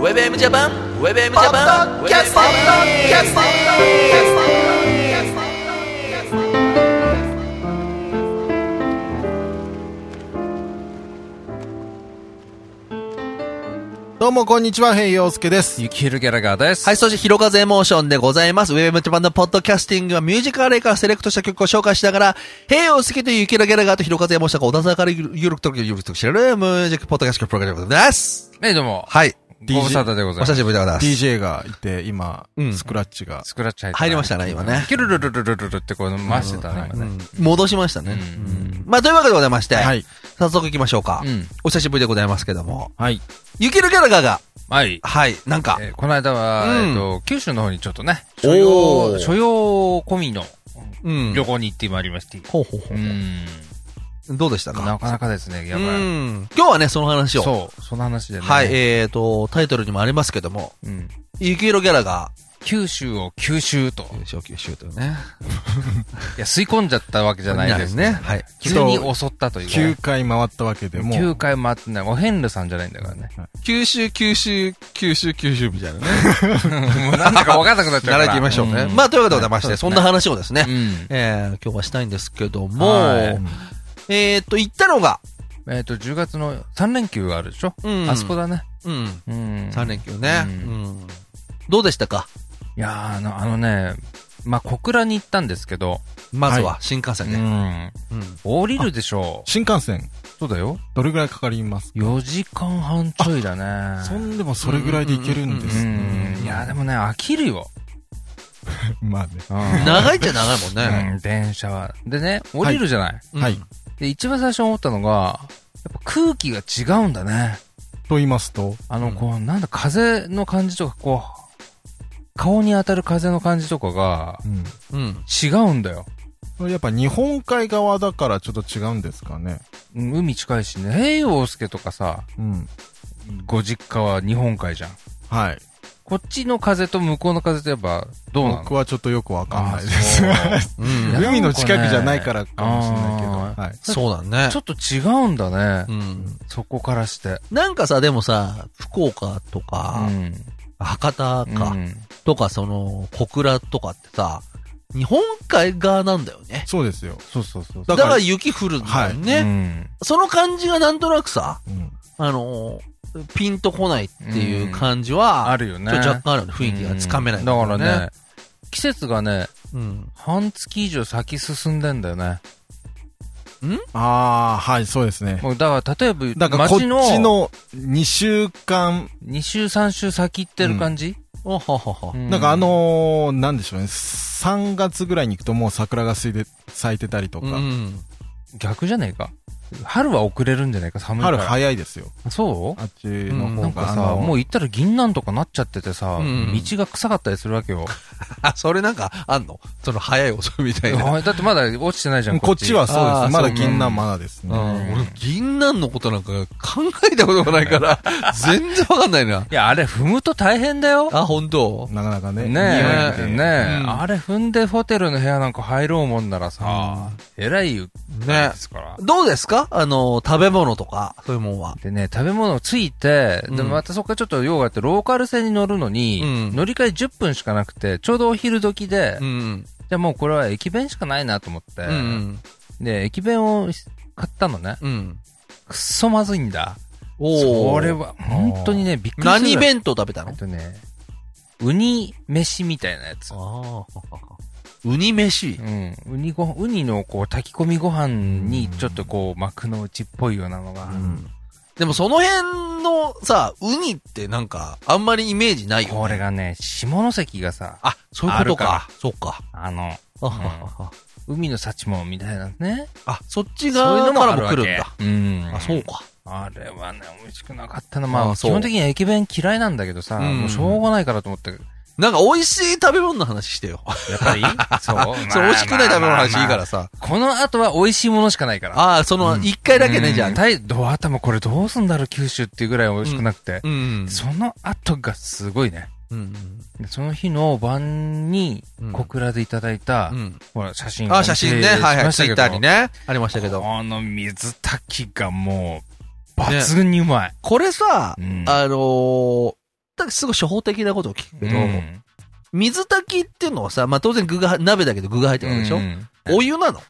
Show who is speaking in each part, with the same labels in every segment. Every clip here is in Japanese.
Speaker 1: WebM ジャパン WebM ジ
Speaker 2: ポ
Speaker 1: ャパ
Speaker 2: ッ
Speaker 1: ン
Speaker 2: ドキャスティングキャスティング
Speaker 3: どうも、こんにちは、平洋介です。
Speaker 4: ゆきひるギャラガーです。
Speaker 1: はい、そして、ひろかずエモーションでございます。ウェブジャパンのポッドキャスティングは、ミュージカルレからセレクトした曲を紹介しながら、平洋介というキラギャラガーとひろかずエモーションが小田沢からゆるくとゆるくと知られるミュージックポッドキャスティングプログラムでございます。
Speaker 4: ね、どうも。
Speaker 1: はい。
Speaker 4: ご無沙汰でご
Speaker 1: お
Speaker 4: ざいます。
Speaker 1: 久しぶりでございます。
Speaker 3: DJ がいて、今、
Speaker 1: うん
Speaker 3: スクラッチが。
Speaker 4: スクラッチ入って
Speaker 1: 入りましたね、今ね。
Speaker 4: キュルルルルルルルってこう回してたね、今ね。
Speaker 1: 戻しましたね。
Speaker 4: うん
Speaker 1: まあ、というわけでございまして、
Speaker 3: はい。
Speaker 1: 早速行きましょうか。
Speaker 4: うん
Speaker 1: お久しぶりでございますけども。
Speaker 4: はい。
Speaker 1: ゆきるギャラガーが、
Speaker 4: はい。
Speaker 1: はい、なんか、
Speaker 4: えーこの間は、
Speaker 1: うん
Speaker 4: えっと、九州の方にちょっとね、
Speaker 1: お
Speaker 4: 所
Speaker 1: ー
Speaker 4: 要、所要込みの
Speaker 1: うん
Speaker 4: 旅行に行ってまいりまして。
Speaker 1: ほうほうほ
Speaker 4: うん。
Speaker 1: う。どうでしたか
Speaker 4: なかなかですね、や
Speaker 1: う
Speaker 4: っぱり。
Speaker 1: ん。今日はね、その話を。
Speaker 4: そう、その話でね。
Speaker 1: はい、えーと、タイトルにもありますけども、
Speaker 4: うん
Speaker 1: ゆきいろギャラが、
Speaker 4: 九州を吸収と。
Speaker 1: 小級シュートね。
Speaker 4: いや、吸い込んじゃったわけじゃないですね。
Speaker 1: はい。
Speaker 4: 急に襲ったという。
Speaker 3: 9回回ったわけでも。
Speaker 4: 9回回ってない。おヘンルさんじゃないんだからね。
Speaker 3: 九州、九州、九州、九州みたいなね。
Speaker 4: もうなんだか分かんなくなっちゃ うから。
Speaker 1: 慣れてみましょうね。
Speaker 4: ん
Speaker 1: まあ、というわけでございまして、そ
Speaker 4: そ
Speaker 1: ん
Speaker 4: うです
Speaker 1: な
Speaker 4: ね
Speaker 1: 話をですね、
Speaker 4: うん。
Speaker 1: えー今日はしたいんですけど
Speaker 4: は
Speaker 1: も、えーと、行ったのが、
Speaker 4: えっと、10月の3連休があるでしょ
Speaker 1: うん
Speaker 4: あそこだね。
Speaker 1: うん、
Speaker 4: うん。
Speaker 1: 3連休ね。う
Speaker 4: うん
Speaker 1: ん。どうでしたか
Speaker 4: いやーあの、あのね、まあ、小倉に行ったんですけど、
Speaker 1: まずは
Speaker 3: は
Speaker 1: 新幹
Speaker 4: う
Speaker 1: 線で。
Speaker 4: ん。
Speaker 1: うん
Speaker 4: 降りるでしょ
Speaker 3: 新幹線、
Speaker 4: う。そうだよ。
Speaker 3: どれぐらいかかります
Speaker 4: 4時間半ちょいだね。
Speaker 3: そんでもそれぐらいでいけるんで
Speaker 4: う
Speaker 3: すね。
Speaker 4: ん。いやーでもね、飽きるよ。
Speaker 3: まあね。
Speaker 4: うん。
Speaker 1: 長いっちゃ長いもんね。
Speaker 4: うん、電車は。でね、降りるじゃない。
Speaker 1: うん
Speaker 3: はい。
Speaker 4: で、一番最初思ったのが、やっぱ空気が違うんだね。
Speaker 3: と言いますと、
Speaker 4: あの、こう、なんだ、風の感じとか、こう、顔に当たる風の感じとかが、
Speaker 1: うん。
Speaker 4: 違うんだよ。
Speaker 3: これやっぱ日本海側だからちょっと違うんですかね。
Speaker 4: うん海近いしね。平洋介とかさ、
Speaker 3: うん。
Speaker 4: ご実家は日本海じゃん。
Speaker 3: はい。
Speaker 4: こっちの風と向こうの風ってやっぱ、どうなの
Speaker 3: 僕はちょっとよくわかんないです。
Speaker 4: あ
Speaker 1: う
Speaker 4: いや
Speaker 1: ん。
Speaker 3: 海の近くじゃないからかもしれないけど。
Speaker 4: なん
Speaker 3: はい。
Speaker 1: そうだね
Speaker 4: そうちょ。っと違うんだ
Speaker 1: う
Speaker 4: ね。
Speaker 1: ん。
Speaker 4: そこからして。
Speaker 1: なんかさ、でもさ、福岡とか、
Speaker 4: うん。
Speaker 1: 博多か、
Speaker 4: うん
Speaker 1: とか、その、小倉とかってさ、日本海側なんだよね。
Speaker 3: そうですよ。
Speaker 4: そうそうそう。
Speaker 1: だ
Speaker 3: だ
Speaker 1: か
Speaker 3: からら
Speaker 1: 雪降るんだよね。
Speaker 4: うん
Speaker 1: その感じがなんとなくさ、
Speaker 3: うん。
Speaker 1: あのーピンとこないっていう感じは、
Speaker 4: あるよね。
Speaker 1: ちょっと若干あるよね雰囲気がつかめない、
Speaker 4: うんだからね、季節がね、
Speaker 1: うん。
Speaker 4: 半月以上先進んでんだよね。
Speaker 3: ああ、はい、そうですね。
Speaker 4: もうだから、例え
Speaker 3: だ
Speaker 4: ば、
Speaker 3: からこっ
Speaker 4: 街
Speaker 3: ち
Speaker 4: の
Speaker 3: の2週間、
Speaker 4: 2週3週先行ってる感じ、
Speaker 1: おははは。
Speaker 4: う
Speaker 3: なんかあ、のー、なんでしょうね。3月ぐらいに行くともう桜が咲いて、咲いてたりとか。
Speaker 1: うん。
Speaker 4: 逆じゃねえか。春は遅れるんじゃないか、寒いか
Speaker 3: 春
Speaker 4: ら。
Speaker 3: 早いですよ。
Speaker 4: そう
Speaker 3: あっちの
Speaker 1: うん
Speaker 4: な
Speaker 3: 方
Speaker 4: んか
Speaker 3: が。
Speaker 4: さ、
Speaker 3: あの
Speaker 4: もう行ったら銀杏とかなっちゃっててさ、
Speaker 1: うん
Speaker 4: 道が臭かったりするわけよ。
Speaker 1: あ、それなんか、あんのその早い遅いみたいな。
Speaker 4: おいだってまだ落ちてないじゃん、
Speaker 3: こっちはそう
Speaker 1: あ
Speaker 3: で
Speaker 1: ー
Speaker 3: す。ま
Speaker 1: そ
Speaker 3: だ
Speaker 1: う
Speaker 3: 銀杏まだです
Speaker 1: う
Speaker 3: ね。
Speaker 1: ん、俺、銀杏のことなんか考えたことがない から、全然わかんないな。
Speaker 4: いや、あれ踏むと大変だよ。
Speaker 1: あ、本当
Speaker 3: なかなかね。
Speaker 4: ねえ、
Speaker 3: 匂い
Speaker 4: ね
Speaker 3: で
Speaker 4: え、
Speaker 1: うん
Speaker 4: あれ踏んでホテルの部屋なんか入ろうもんならさ、えらいで
Speaker 1: ね。
Speaker 4: すから。
Speaker 1: どうですかあの、食べ物とか、そういうもんは。
Speaker 4: でね、食べ物ついて、
Speaker 1: うん
Speaker 4: で、またそこからちょっと用があって、ローカル線に乗るのに、
Speaker 1: うん
Speaker 4: 乗り換え10分しかなくて、ちょうどお昼時で、
Speaker 1: うん。
Speaker 4: じゃあもうこれは駅弁しかないなと思って、
Speaker 1: うん。
Speaker 4: で、駅弁を買ったのね。
Speaker 1: うん。
Speaker 4: くっそまずいんだ。
Speaker 1: おお。
Speaker 4: これは、本当にね、びっくりする。
Speaker 1: 何弁当食べた
Speaker 4: え
Speaker 1: の
Speaker 4: っとね、ウニ飯みたいなやつ。
Speaker 1: ああ。ウニ飯
Speaker 4: うん。ウニご、ウニのこう炊き込みご飯に、ちょっとこう、幕の内っぽいようなのが。
Speaker 1: でもその辺のさ、ウニってなんか、あんまりイメージないよ、ね。
Speaker 4: これ。がね、下関がさ、
Speaker 1: あ、そういうことか。
Speaker 4: あ
Speaker 1: そうか。
Speaker 4: あの、
Speaker 1: あはは
Speaker 4: 海の幸もみたいなね。
Speaker 1: あ、そっち
Speaker 4: そういう
Speaker 1: 側
Speaker 4: のも
Speaker 1: から
Speaker 4: あ
Speaker 1: も
Speaker 4: る
Speaker 1: 来
Speaker 4: わけ。
Speaker 1: るんだ。
Speaker 4: うん。
Speaker 1: あ、そう。か。
Speaker 4: あれはね、美味しくなかったな。ま
Speaker 1: あ
Speaker 4: あ、
Speaker 1: そ
Speaker 4: 基
Speaker 1: う
Speaker 4: 本的に駅弁嫌いなんだけどさ、
Speaker 1: うん
Speaker 4: もうしょうがないからと思って、
Speaker 1: なんか美味しい食べ物の話してよ。
Speaker 4: やっぱりそう。。
Speaker 1: そう、美味しくない食べ物の話いいかららさ。
Speaker 4: この後は美味しいものしかないから。
Speaker 1: ああ、その、
Speaker 4: うん
Speaker 1: 一回だけね、じゃあ。
Speaker 4: タイ、どうあたもこれどうすんだろう、九州っていうぐらい美味しくなくて。
Speaker 1: うん。
Speaker 4: その後がすごいね。
Speaker 1: うん。
Speaker 4: その日の晩に
Speaker 1: うん、
Speaker 4: 小倉でいただいた、
Speaker 1: うん。
Speaker 4: ほら、写真
Speaker 1: あ、写真ね。はいはい。ツイッターに。ね。ありましたけ
Speaker 4: お見せしましたけど
Speaker 1: ど。
Speaker 4: この水炊きがもう、抜群にうまい。
Speaker 1: これさ、
Speaker 4: うん
Speaker 1: あのーくすごい初歩的なことを聞くけ
Speaker 4: う
Speaker 1: ど、
Speaker 4: ん。
Speaker 1: 水炊きっていうのはさ、まあ、当然具が、鍋だけど具が入ってるわけでしょ、
Speaker 4: うん
Speaker 1: お湯なの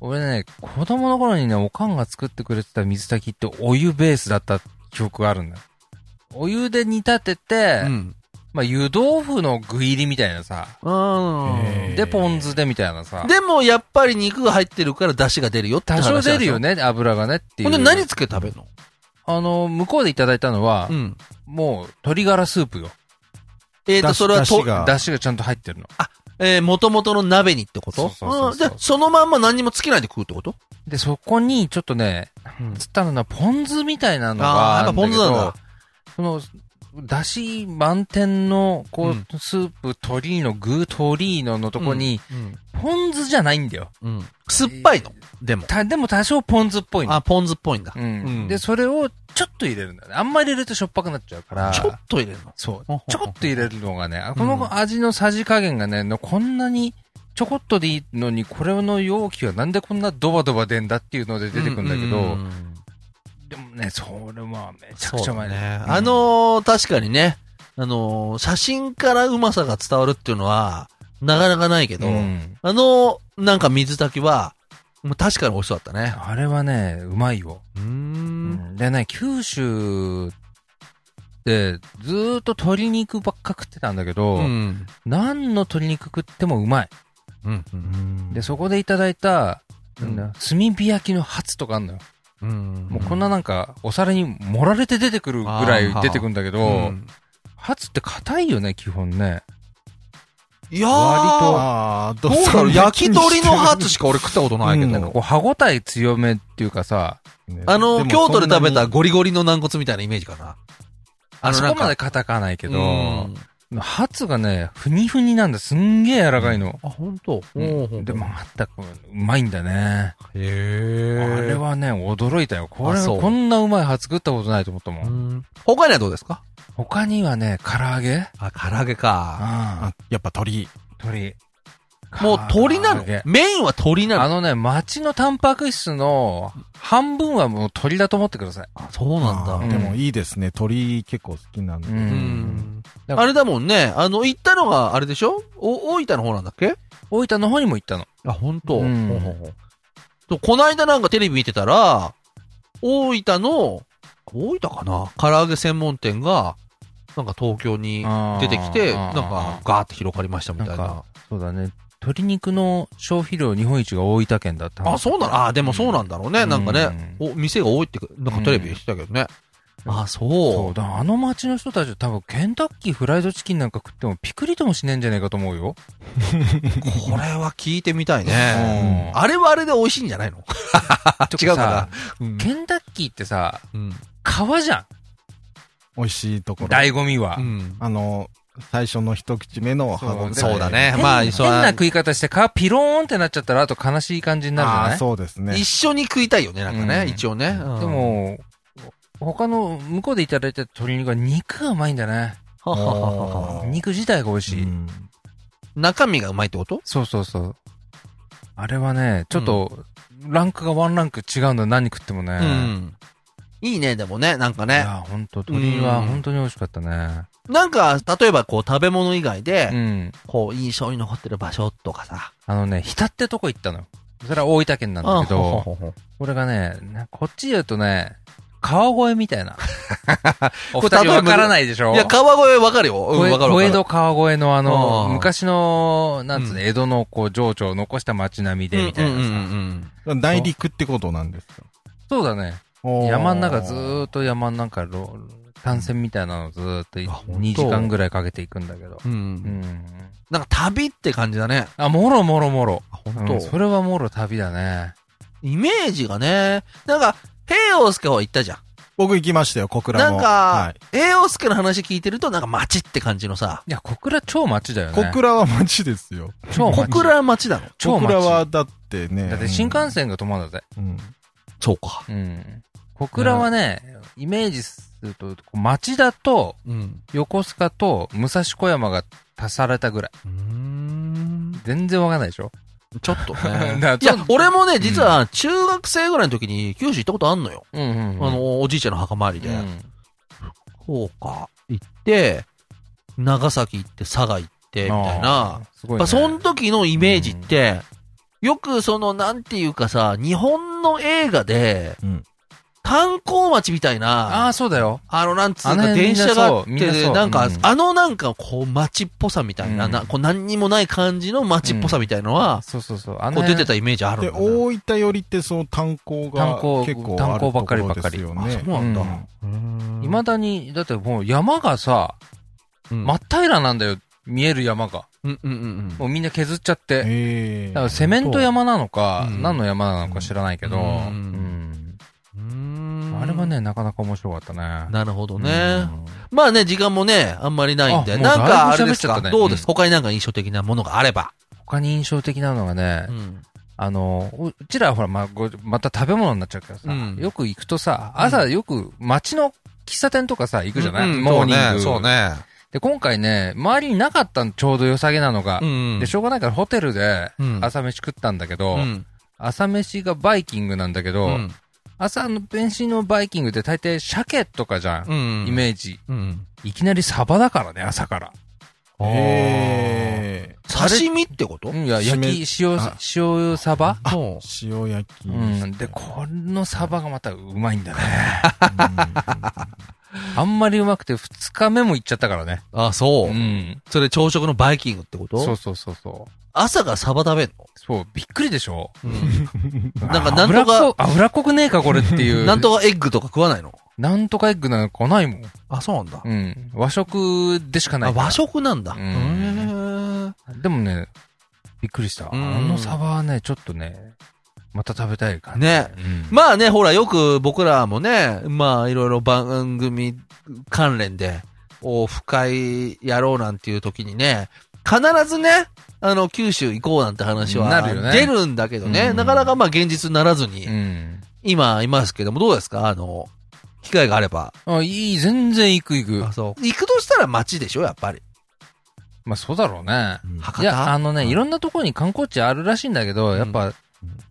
Speaker 4: 俺ね、子供の頃にね、おかんが作ってくれてた水炊きってお湯ベースだった記憶があるんだよ。お湯で煮立てて、
Speaker 1: うん。
Speaker 4: まあ湯豆腐の具入りみたいなさ、
Speaker 1: うん。
Speaker 3: へえ
Speaker 4: で、ポン酢でみたいなさ。
Speaker 1: でも、やっぱり肉が入ってるから出汁が出るよって
Speaker 4: 多
Speaker 1: 話
Speaker 4: 少
Speaker 1: なんです
Speaker 4: 出るよ。ね、油がねっていう。
Speaker 1: ほんで何つけて食べるの
Speaker 4: あの、向こうでいただいたのは、
Speaker 1: うん。
Speaker 4: もう、鶏ガラスープよ。
Speaker 1: えっ、と、
Speaker 3: だし
Speaker 1: それは
Speaker 3: だ
Speaker 1: と
Speaker 3: し、が
Speaker 4: だしがちゃんと入ってるの。
Speaker 1: えー、元々の鍋にってこと
Speaker 4: そうそうそうそう
Speaker 1: あーじゃあ、そのまんま何にもつけないで食うってこと
Speaker 4: で、そこに、ちょっとね、
Speaker 1: うん
Speaker 4: つったのは、ポン酢みたいなの
Speaker 1: あ
Speaker 4: が
Speaker 1: ーやっぱポン酢なんだ
Speaker 4: その、だし満点の、こ
Speaker 1: う
Speaker 4: う、
Speaker 1: ん
Speaker 4: スープ、トリーノ、グートリーノのとこに、、
Speaker 1: うん。
Speaker 4: ポン酢じゃないんだよ。
Speaker 1: うん。酸っぱいの、でも。
Speaker 4: た、でも多少ポン酢っぽいの。
Speaker 1: あ、ポン酢っぽいんだ。
Speaker 4: うん、
Speaker 1: うん
Speaker 4: で、それを、ちょっと入れるんだよね。あんまり入れるとしょっぱくなっちゃうから。
Speaker 1: ちょっと入れるの。
Speaker 4: そ
Speaker 1: ほんほん
Speaker 4: う。ちょこっと入れるのがね、あこ
Speaker 1: うん
Speaker 4: の味のさじ加減がね、のこんなに、ちょこっとでいいのに、これの容器はなんでこんなドバドバ出んだっていうので出てくるんだけど、
Speaker 1: ううん
Speaker 4: でもね、それはめちゃくちゃうまい
Speaker 1: そう
Speaker 4: ね。
Speaker 1: だね
Speaker 4: うん
Speaker 1: あのー確かにね、あのー写真からうまさが伝わるっていうのは、なかなかないけど、
Speaker 4: うん
Speaker 1: あのーなんか水炊きは、もう確かに美味しそうだったね。
Speaker 4: あれはね、うまいよ。
Speaker 1: うー。
Speaker 4: うんんでね、九州でずーっと鶏肉ばっか食ってたんだけど、
Speaker 1: うん。
Speaker 4: 何の鶏肉食ってもうまい。
Speaker 1: うん。
Speaker 4: で、そこでいただいた、
Speaker 1: うん
Speaker 4: なんだ炭火焼きのハツとかあんのよ。
Speaker 1: うん。
Speaker 4: もうこんななんか、お皿に盛られて出てくるぐらい出てくるんだけ
Speaker 1: う
Speaker 4: ど、
Speaker 1: ん
Speaker 4: ハツって硬いよね、基本ね。
Speaker 1: いやー、
Speaker 4: 割と
Speaker 3: あーど
Speaker 1: どうだろう焼き鳥のハーツしか俺食ったことないけ
Speaker 3: うん
Speaker 4: なん
Speaker 1: ど。
Speaker 4: かこう、歯応え強めっていうかさ、
Speaker 1: あの、京都で食べた
Speaker 3: け
Speaker 1: ゴリゴリの軟骨みたいなイメージかな。
Speaker 4: あそ
Speaker 1: なん
Speaker 4: こ
Speaker 1: か
Speaker 4: まで硬かないけど、
Speaker 1: うん
Speaker 4: ハツがね、ふにふになんだ。すんげえ柔らかいの。
Speaker 1: あ、本当。
Speaker 4: うんでも、またこう、うまいんだね。
Speaker 1: へ
Speaker 4: あ
Speaker 1: ー
Speaker 4: れはね、驚いたよ。これ
Speaker 1: あそう
Speaker 4: こんなうまいハツ食ったことないと思ったも。
Speaker 1: うんん他にはどうですか
Speaker 4: 他にはね、唐揚げ
Speaker 1: あ、唐揚げか。
Speaker 4: ああ、
Speaker 3: やっぱ鳥。
Speaker 4: 鳥。
Speaker 1: もう鳥なの
Speaker 4: 唐揚げ
Speaker 1: メインは鳥な
Speaker 4: あ
Speaker 1: の
Speaker 4: のね、町のタンパク質の半分はもう鳥だと思ってください。
Speaker 1: あそうな
Speaker 3: あー
Speaker 1: ん
Speaker 4: う
Speaker 1: だ。
Speaker 3: でもいいですね。鳥結構好きなんで。
Speaker 1: う
Speaker 4: うん
Speaker 1: ん。
Speaker 4: だから
Speaker 1: あれだもんね。あの、行ったのが、あれでしょお、大分の方なんだっけ
Speaker 4: 大分の方にも行ったの。
Speaker 1: あ、本当。
Speaker 4: うん
Speaker 1: ほうほうほうとこないだなんかテレビ見てたら、大分の、大分かな唐揚げ専門店が、なんか東京に出てきて、な
Speaker 4: あ
Speaker 1: ん
Speaker 4: ー
Speaker 1: かガーって広がりましたみたい
Speaker 4: なん
Speaker 1: な
Speaker 4: か。そうだね。鶏肉の消費量日本一が大分県だった
Speaker 1: あ、そうなのあ、でもそうなんだろうね。
Speaker 4: うん
Speaker 1: なんかね、お、店が多いって、なんかテレビで言ってたけどね。
Speaker 4: うん
Speaker 1: あ、
Speaker 4: そ
Speaker 1: そう
Speaker 4: だ。あの町の人たちは多分ケンタッキーフライドチキンなんか食ってもピクリともしねえんじゃねえかと思うよ。
Speaker 1: う。これは聞いてみたいね。
Speaker 4: ん
Speaker 1: あれはあれで美味しいんじゃないの違うか
Speaker 4: なケンタッキーってさ、
Speaker 1: うん。
Speaker 4: 皮じゃ
Speaker 3: 美味しいとこ
Speaker 4: ん。
Speaker 3: ろ。
Speaker 4: 醍醐味は
Speaker 1: う。ん。
Speaker 3: あの、最初の一口目の歯ごたえ
Speaker 1: そうだね。
Speaker 4: 変
Speaker 1: まあ、
Speaker 4: 変
Speaker 1: それは
Speaker 4: な食い方して皮ピローンってなっちゃったらあと悲しい感じになるじゃ
Speaker 3: あ
Speaker 4: な
Speaker 3: ー
Speaker 4: い
Speaker 3: そうですね
Speaker 1: 一。緒に食いたいよね、なんかね、
Speaker 4: うん
Speaker 1: 一応ね。うん
Speaker 4: で、も、他の、向こうでいただいた鶏肉は肉がうまいんだね。
Speaker 1: ははははは
Speaker 3: あー
Speaker 4: 肉自体が美味しい。
Speaker 3: うん
Speaker 1: 中身がうまいってこと
Speaker 4: そうそうそう。あれはね、ちょっと、ランクがワンランク違うんだ、何食ってもね。
Speaker 1: う。ん。いいね、でもね、なんか
Speaker 4: い
Speaker 1: ね。
Speaker 4: や、ほんと、鶏は
Speaker 1: うん
Speaker 4: 本当に美味しかったね。
Speaker 1: なんか、例えばこう、食べ物以外
Speaker 4: う
Speaker 1: で、
Speaker 4: ん。
Speaker 1: こう、印象に残ってる場所とかさ。
Speaker 4: あのね、日田ってとこ行ったのよ。それは大分県なんだけ
Speaker 1: あほ
Speaker 4: ど、
Speaker 1: ほほほ
Speaker 4: これがね、なこっちで言うとね、川越みた いな。お
Speaker 1: こ
Speaker 4: 二
Speaker 1: れ例
Speaker 4: 人
Speaker 1: えば
Speaker 4: わからないでしょ
Speaker 1: いや、川越わかるよ。うん、
Speaker 4: 小江
Speaker 1: わかるわ
Speaker 4: 小
Speaker 1: か
Speaker 4: 江
Speaker 1: る。
Speaker 4: 戸川越のあの
Speaker 1: あ、ー
Speaker 4: 昔の、なんつうの、
Speaker 1: う
Speaker 4: 江戸のこう、情緒を残した街並みで、みたいなさ、
Speaker 1: うんうんうんうん
Speaker 3: 内陸ってことなんですか
Speaker 4: そうだね。山の中ずーっと山の中、ろ単線みたいなのずーっと
Speaker 1: あ本当
Speaker 4: 2時間ぐらいかけていくんだけど。
Speaker 1: う。
Speaker 4: うんん。
Speaker 1: なんか旅って感じだね。
Speaker 4: あ、もろもろもろ。
Speaker 1: あ、本
Speaker 4: うんそれはもろ旅だね。
Speaker 1: イメージがね、なんか、平洋介は行ったじゃん。
Speaker 3: 僕行きましたよ、小倉
Speaker 1: な
Speaker 3: も。
Speaker 1: ん
Speaker 3: は
Speaker 1: か
Speaker 3: い、
Speaker 1: 平洋介の話聞いてると、なんか街って感じのさ、
Speaker 4: いや、小倉超町だよね。
Speaker 3: 小倉は町ですよ。
Speaker 4: 超
Speaker 1: 小
Speaker 4: 町。
Speaker 1: 倉は街なの。
Speaker 4: 超
Speaker 3: 小
Speaker 4: 町。
Speaker 3: 倉はだってね。
Speaker 4: だって新幹線が止まるんだぜ。
Speaker 3: うん。
Speaker 1: そうか。
Speaker 4: うん。小倉はね、イメージすると、こう町田と
Speaker 1: うん。
Speaker 4: 横須賀と武蔵小山が足されたぐらい。
Speaker 1: うん。
Speaker 4: 全然わかんないでしょ
Speaker 1: ちょっと
Speaker 4: だ
Speaker 1: ね
Speaker 4: から。
Speaker 1: い
Speaker 4: ちょっ
Speaker 1: や
Speaker 4: と、
Speaker 1: 俺もね、実は中学生ぐらいの時に九州行ったことあんのよ。
Speaker 4: うんうんうん。
Speaker 1: あの、おじいちゃんの墓参り
Speaker 4: う
Speaker 1: で。
Speaker 4: ん、
Speaker 1: そうか。行って、長崎行って、佐賀行って、みたいな。
Speaker 4: あー。すごい、
Speaker 1: やっぱ
Speaker 4: ね。
Speaker 1: その時のイメージって、よくその、なんていうかさ、日本の映画で、
Speaker 3: うん
Speaker 1: 炭鉱町みたい
Speaker 4: あ
Speaker 1: な、
Speaker 4: あ、
Speaker 1: あ
Speaker 4: そうだよ。
Speaker 1: の、なんつう
Speaker 4: あの
Speaker 1: か、
Speaker 4: 辺み
Speaker 1: 電
Speaker 4: んなそ
Speaker 1: 車があ
Speaker 4: う
Speaker 1: っ
Speaker 4: みんなそ
Speaker 1: て、
Speaker 4: う
Speaker 1: なんか、
Speaker 4: うん
Speaker 1: あのなんか、こう、町っぽさみたいな、
Speaker 4: うん
Speaker 1: なこう、何にもない感じの町っぽさみたいのは、
Speaker 4: そうそうそう。あ
Speaker 1: こう、出て
Speaker 4: た。
Speaker 1: たイメージあるんだ
Speaker 3: で、
Speaker 1: よね
Speaker 3: 大分寄りってその炭鉱
Speaker 4: 炭
Speaker 3: が
Speaker 4: 鉱
Speaker 3: 結構
Speaker 4: 炭
Speaker 3: あ
Speaker 4: 鉱
Speaker 3: る
Speaker 4: ばっ
Speaker 3: と
Speaker 4: か
Speaker 3: こ
Speaker 4: りばっ
Speaker 3: ろで
Speaker 4: かり
Speaker 3: すよ
Speaker 1: あ、
Speaker 3: ね
Speaker 1: そう。なんだ。
Speaker 4: いまだに、だってもう山がさ、
Speaker 1: うん
Speaker 4: 真っ平らなんだよ。見える山が。
Speaker 1: うんうんうんう
Speaker 4: も
Speaker 1: ん。
Speaker 4: うみんな削っちゃって。
Speaker 3: ええ
Speaker 4: だからセメント山なのか、
Speaker 1: うん
Speaker 4: 何の山なのか知らないけど、
Speaker 1: う
Speaker 4: うんん
Speaker 1: うーん
Speaker 4: あれは、ね、なかなか面白かったね。
Speaker 1: なるほど
Speaker 4: うん
Speaker 1: ね。まあね、時間もね、あんまりないんで、
Speaker 4: あもう
Speaker 1: なんかあれ
Speaker 4: だい
Speaker 1: で
Speaker 4: ぶ喋っ
Speaker 1: す
Speaker 4: ちゃっ
Speaker 1: か
Speaker 4: たね
Speaker 1: どうです
Speaker 4: うん
Speaker 1: 他になんか印象的なものがあれば。
Speaker 4: 他に印象的なのがね、
Speaker 1: うん
Speaker 4: あの、ううちらはほら、ま、ごまた食べ物になっちゃうけどさ、
Speaker 1: うん
Speaker 4: よく行くとさ、朝よく街の喫茶店とかさ、行くじゃない、
Speaker 1: うんうん
Speaker 4: モーニング、
Speaker 1: そうね。
Speaker 4: で、今回ね、周りになかったの、ちょうど良さげなのが。
Speaker 1: そうねうん。
Speaker 4: で、しょうがないからホテルで
Speaker 1: うん
Speaker 4: 朝飯食ったんだけ
Speaker 1: う
Speaker 4: ど、
Speaker 1: ん。
Speaker 4: 朝飯がバイキングなんだけど、
Speaker 1: うん
Speaker 4: 朝の弁士のバイキングって大抵鮭とかじゃん、
Speaker 1: うん。
Speaker 4: イメージ。
Speaker 1: うん。
Speaker 4: いきなりサバだからね、朝から。
Speaker 3: ええ
Speaker 1: 刺身ってこと
Speaker 4: うん、いや、焼き、塩
Speaker 3: あ、
Speaker 4: 塩サバ
Speaker 1: も
Speaker 3: 塩焼き。
Speaker 4: う。
Speaker 3: うんん
Speaker 4: で、このサバがまたうまいんだね。あんまりうまくて、二日目も行っちゃったからね。
Speaker 1: うあ、そう
Speaker 4: う。ん。
Speaker 1: それ朝食のバイキングってこと
Speaker 4: そうそうそうそう。
Speaker 1: 朝がサバ食べん
Speaker 4: そう、びっくりでしょ
Speaker 1: のなんか、な
Speaker 4: あ
Speaker 1: んと
Speaker 4: 脂っ
Speaker 1: か、
Speaker 4: こ、脂っこくねえか、これってい う。
Speaker 1: なんとかエッグとか食わないの
Speaker 4: なんとかエッグなんか来ないもん。
Speaker 1: あ、そうなんだ
Speaker 4: う。ん。和食でしかな
Speaker 1: あ
Speaker 4: いから。
Speaker 1: 和食なんだ。
Speaker 4: うん
Speaker 1: へー
Speaker 4: でもね、びっくりした。
Speaker 1: うん
Speaker 4: あのサバはね、ちょっとね、また食べたい感じ。
Speaker 1: ね。
Speaker 4: うん。
Speaker 1: まあね、ほら、よく僕らもね、まあ、いろいろ番組関連で、オフ会やろうなんていう時にね、必ずね、あの、九州行こうなんて話は
Speaker 4: なるよね
Speaker 1: 出るんだけどね、
Speaker 4: うん
Speaker 1: なかなかまあ現実にならずに、
Speaker 4: うん。
Speaker 1: 今いますけども、どうですかあの、機会があれば。
Speaker 4: あ、いい、全然行く行く。
Speaker 1: そう。行くとしたら街でしょやっぱり。
Speaker 4: まあそうだろうね。
Speaker 1: 博多
Speaker 4: いや、あのね、
Speaker 1: うん
Speaker 4: いろんなところに観光地あるらしいんだけど、やっぱ、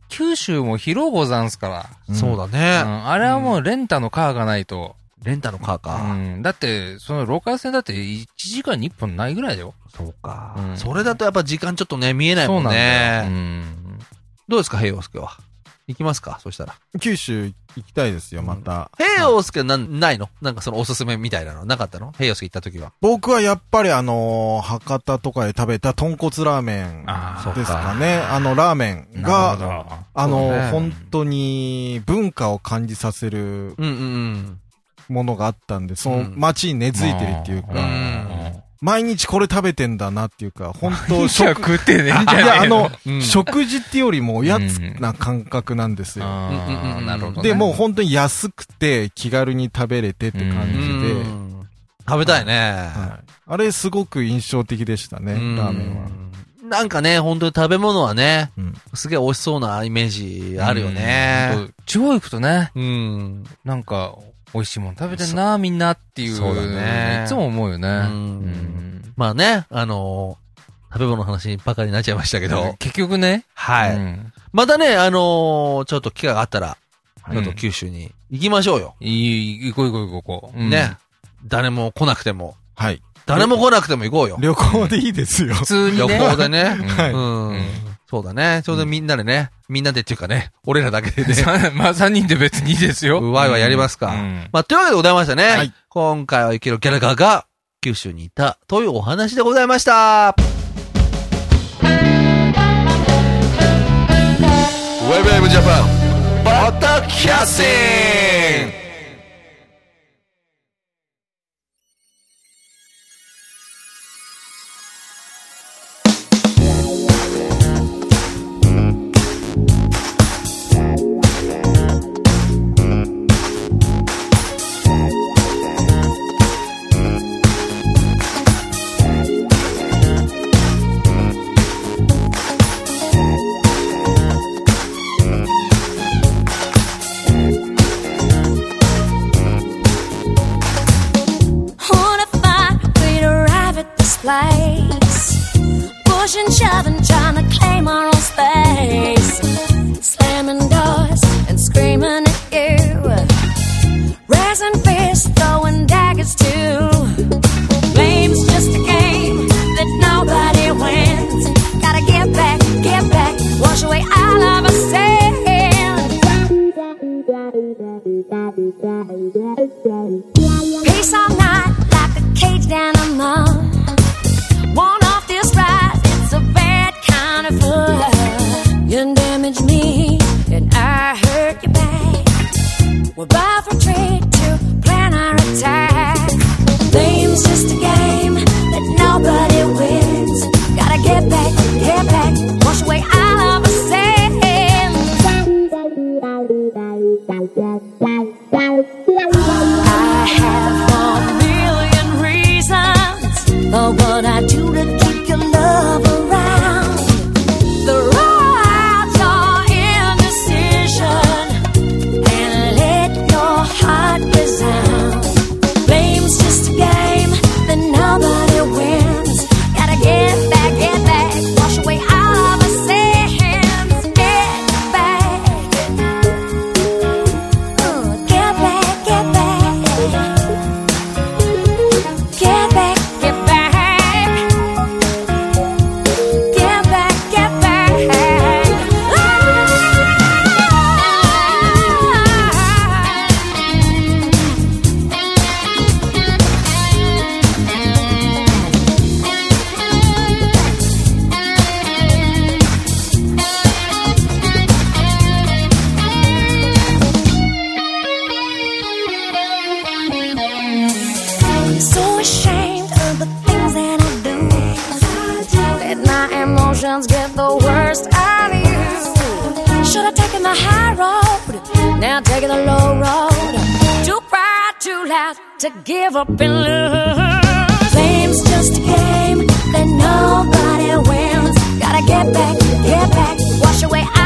Speaker 4: 九州も広ござんすか
Speaker 1: そうだ
Speaker 4: ら。う
Speaker 1: ね。
Speaker 4: ん。あれはもうレンタのカーがないと。
Speaker 1: レンタのカー
Speaker 4: う
Speaker 1: か。
Speaker 4: ん。だって、そのローカル線だって1時間に1本ないぐらいだよ。
Speaker 1: そうか
Speaker 4: う。ん
Speaker 1: それだとやっぱ時間ちょっとね、見えない
Speaker 4: そ
Speaker 1: も
Speaker 4: うんなんだよ。
Speaker 1: ね。
Speaker 4: うん。
Speaker 1: どうですか平洋介は。行きますかそしたら。
Speaker 3: 九州行きたいですよ、また。
Speaker 1: 平洋介なん、ないのなんかそのおすすめみたいなのなかったの平洋介行った時は。
Speaker 3: 僕はやっぱりあのー博多とかで食べた豚骨ラーメン
Speaker 4: あー
Speaker 3: ですかね。あの、ラーメン
Speaker 4: な
Speaker 3: が、
Speaker 4: るほど
Speaker 3: あのー、
Speaker 4: そうね
Speaker 3: 本当に文化を感じさせ
Speaker 1: う
Speaker 3: る
Speaker 1: んうん
Speaker 3: ものがあったんで、その
Speaker 1: うん
Speaker 3: 街に根付いてるっていうか、
Speaker 1: うん
Speaker 3: 毎日これ食べてんだなっていうか、本 当
Speaker 4: 食
Speaker 3: 食、
Speaker 4: 食ってねえん
Speaker 3: い
Speaker 4: じゃねえ
Speaker 3: や、あの、
Speaker 1: うん。
Speaker 3: 食事ってよりもおやつな感覚なんですよ。
Speaker 4: あ
Speaker 1: う
Speaker 4: ー
Speaker 1: ん
Speaker 4: なるほどね。
Speaker 3: で、もう本当に安くて気軽に食べれてって感じ
Speaker 1: う
Speaker 3: で、
Speaker 1: ん食べたいね。
Speaker 3: はいあれすごく印象的でしたね、
Speaker 1: う
Speaker 3: ラ
Speaker 1: ん
Speaker 3: ーメンは。
Speaker 1: なんかね、本当に食べ物はね、
Speaker 3: うん
Speaker 1: すげえ美味しそうなイメージあるよね。
Speaker 4: うん。地方行くとね、
Speaker 1: うん。
Speaker 4: なんか、美味しいもん食べてんな、みんなっていう。
Speaker 1: そうだね
Speaker 4: いつも思うよね。
Speaker 1: ん
Speaker 4: うん
Speaker 1: まあね、あのー食べ物の話ばかりになっちゃいましたけど。
Speaker 4: 結局ね。
Speaker 1: は
Speaker 4: う
Speaker 1: い。
Speaker 4: ん
Speaker 1: またね、あのーちょっと機会があったら、ちょっと
Speaker 4: うん
Speaker 1: 九州に行きましょうよ。
Speaker 4: いい、行こう行こう行こう行こう。うん
Speaker 1: ね。。誰も来なくても。
Speaker 3: はい。
Speaker 1: 誰も来なくても行こうよ。
Speaker 3: 旅行でいいですよ。
Speaker 4: 普通に
Speaker 1: 旅
Speaker 4: ね。
Speaker 1: 行で ね。
Speaker 4: は
Speaker 1: うん。
Speaker 4: うん
Speaker 1: そうだね。ちょうどみんなでね、みんなでっていうかね、俺らだけでね、
Speaker 4: さまあ、三人で別にいいですよ。
Speaker 1: ワイワイやりますか。
Speaker 4: うん
Speaker 1: まあ、というわけでございましたね。
Speaker 3: はい
Speaker 1: 今回は生きるギャラガーが九州にいたというお話でございました。
Speaker 2: ウェブウェブジャパンバタキャスティング
Speaker 5: 「 Pace all night like a caged animal. One off this rise, it's a bad kind of love. You damage me, and I hurt you back. We're bound for trade to plan our attack. Game's just a game that nobody wins. Gotta get back, get back, wash away all of our sins. I have a million reasons for what I do to keep your love around. The roads are indecision, and let your heart resound. Blame's just a game that nobody wins. Gotta get back, get back, wash away all of our sins. Get back. Get back, get back. Get back, get back. Get back, get back. I'm so ashamed of the things that I do. That my emotions get the worst of you. Should have taken the high road, now taking the low road. Too proud, too loud to give up and lose. Game's just a game that nobody wins. Gotta get back, get back, wash away uh.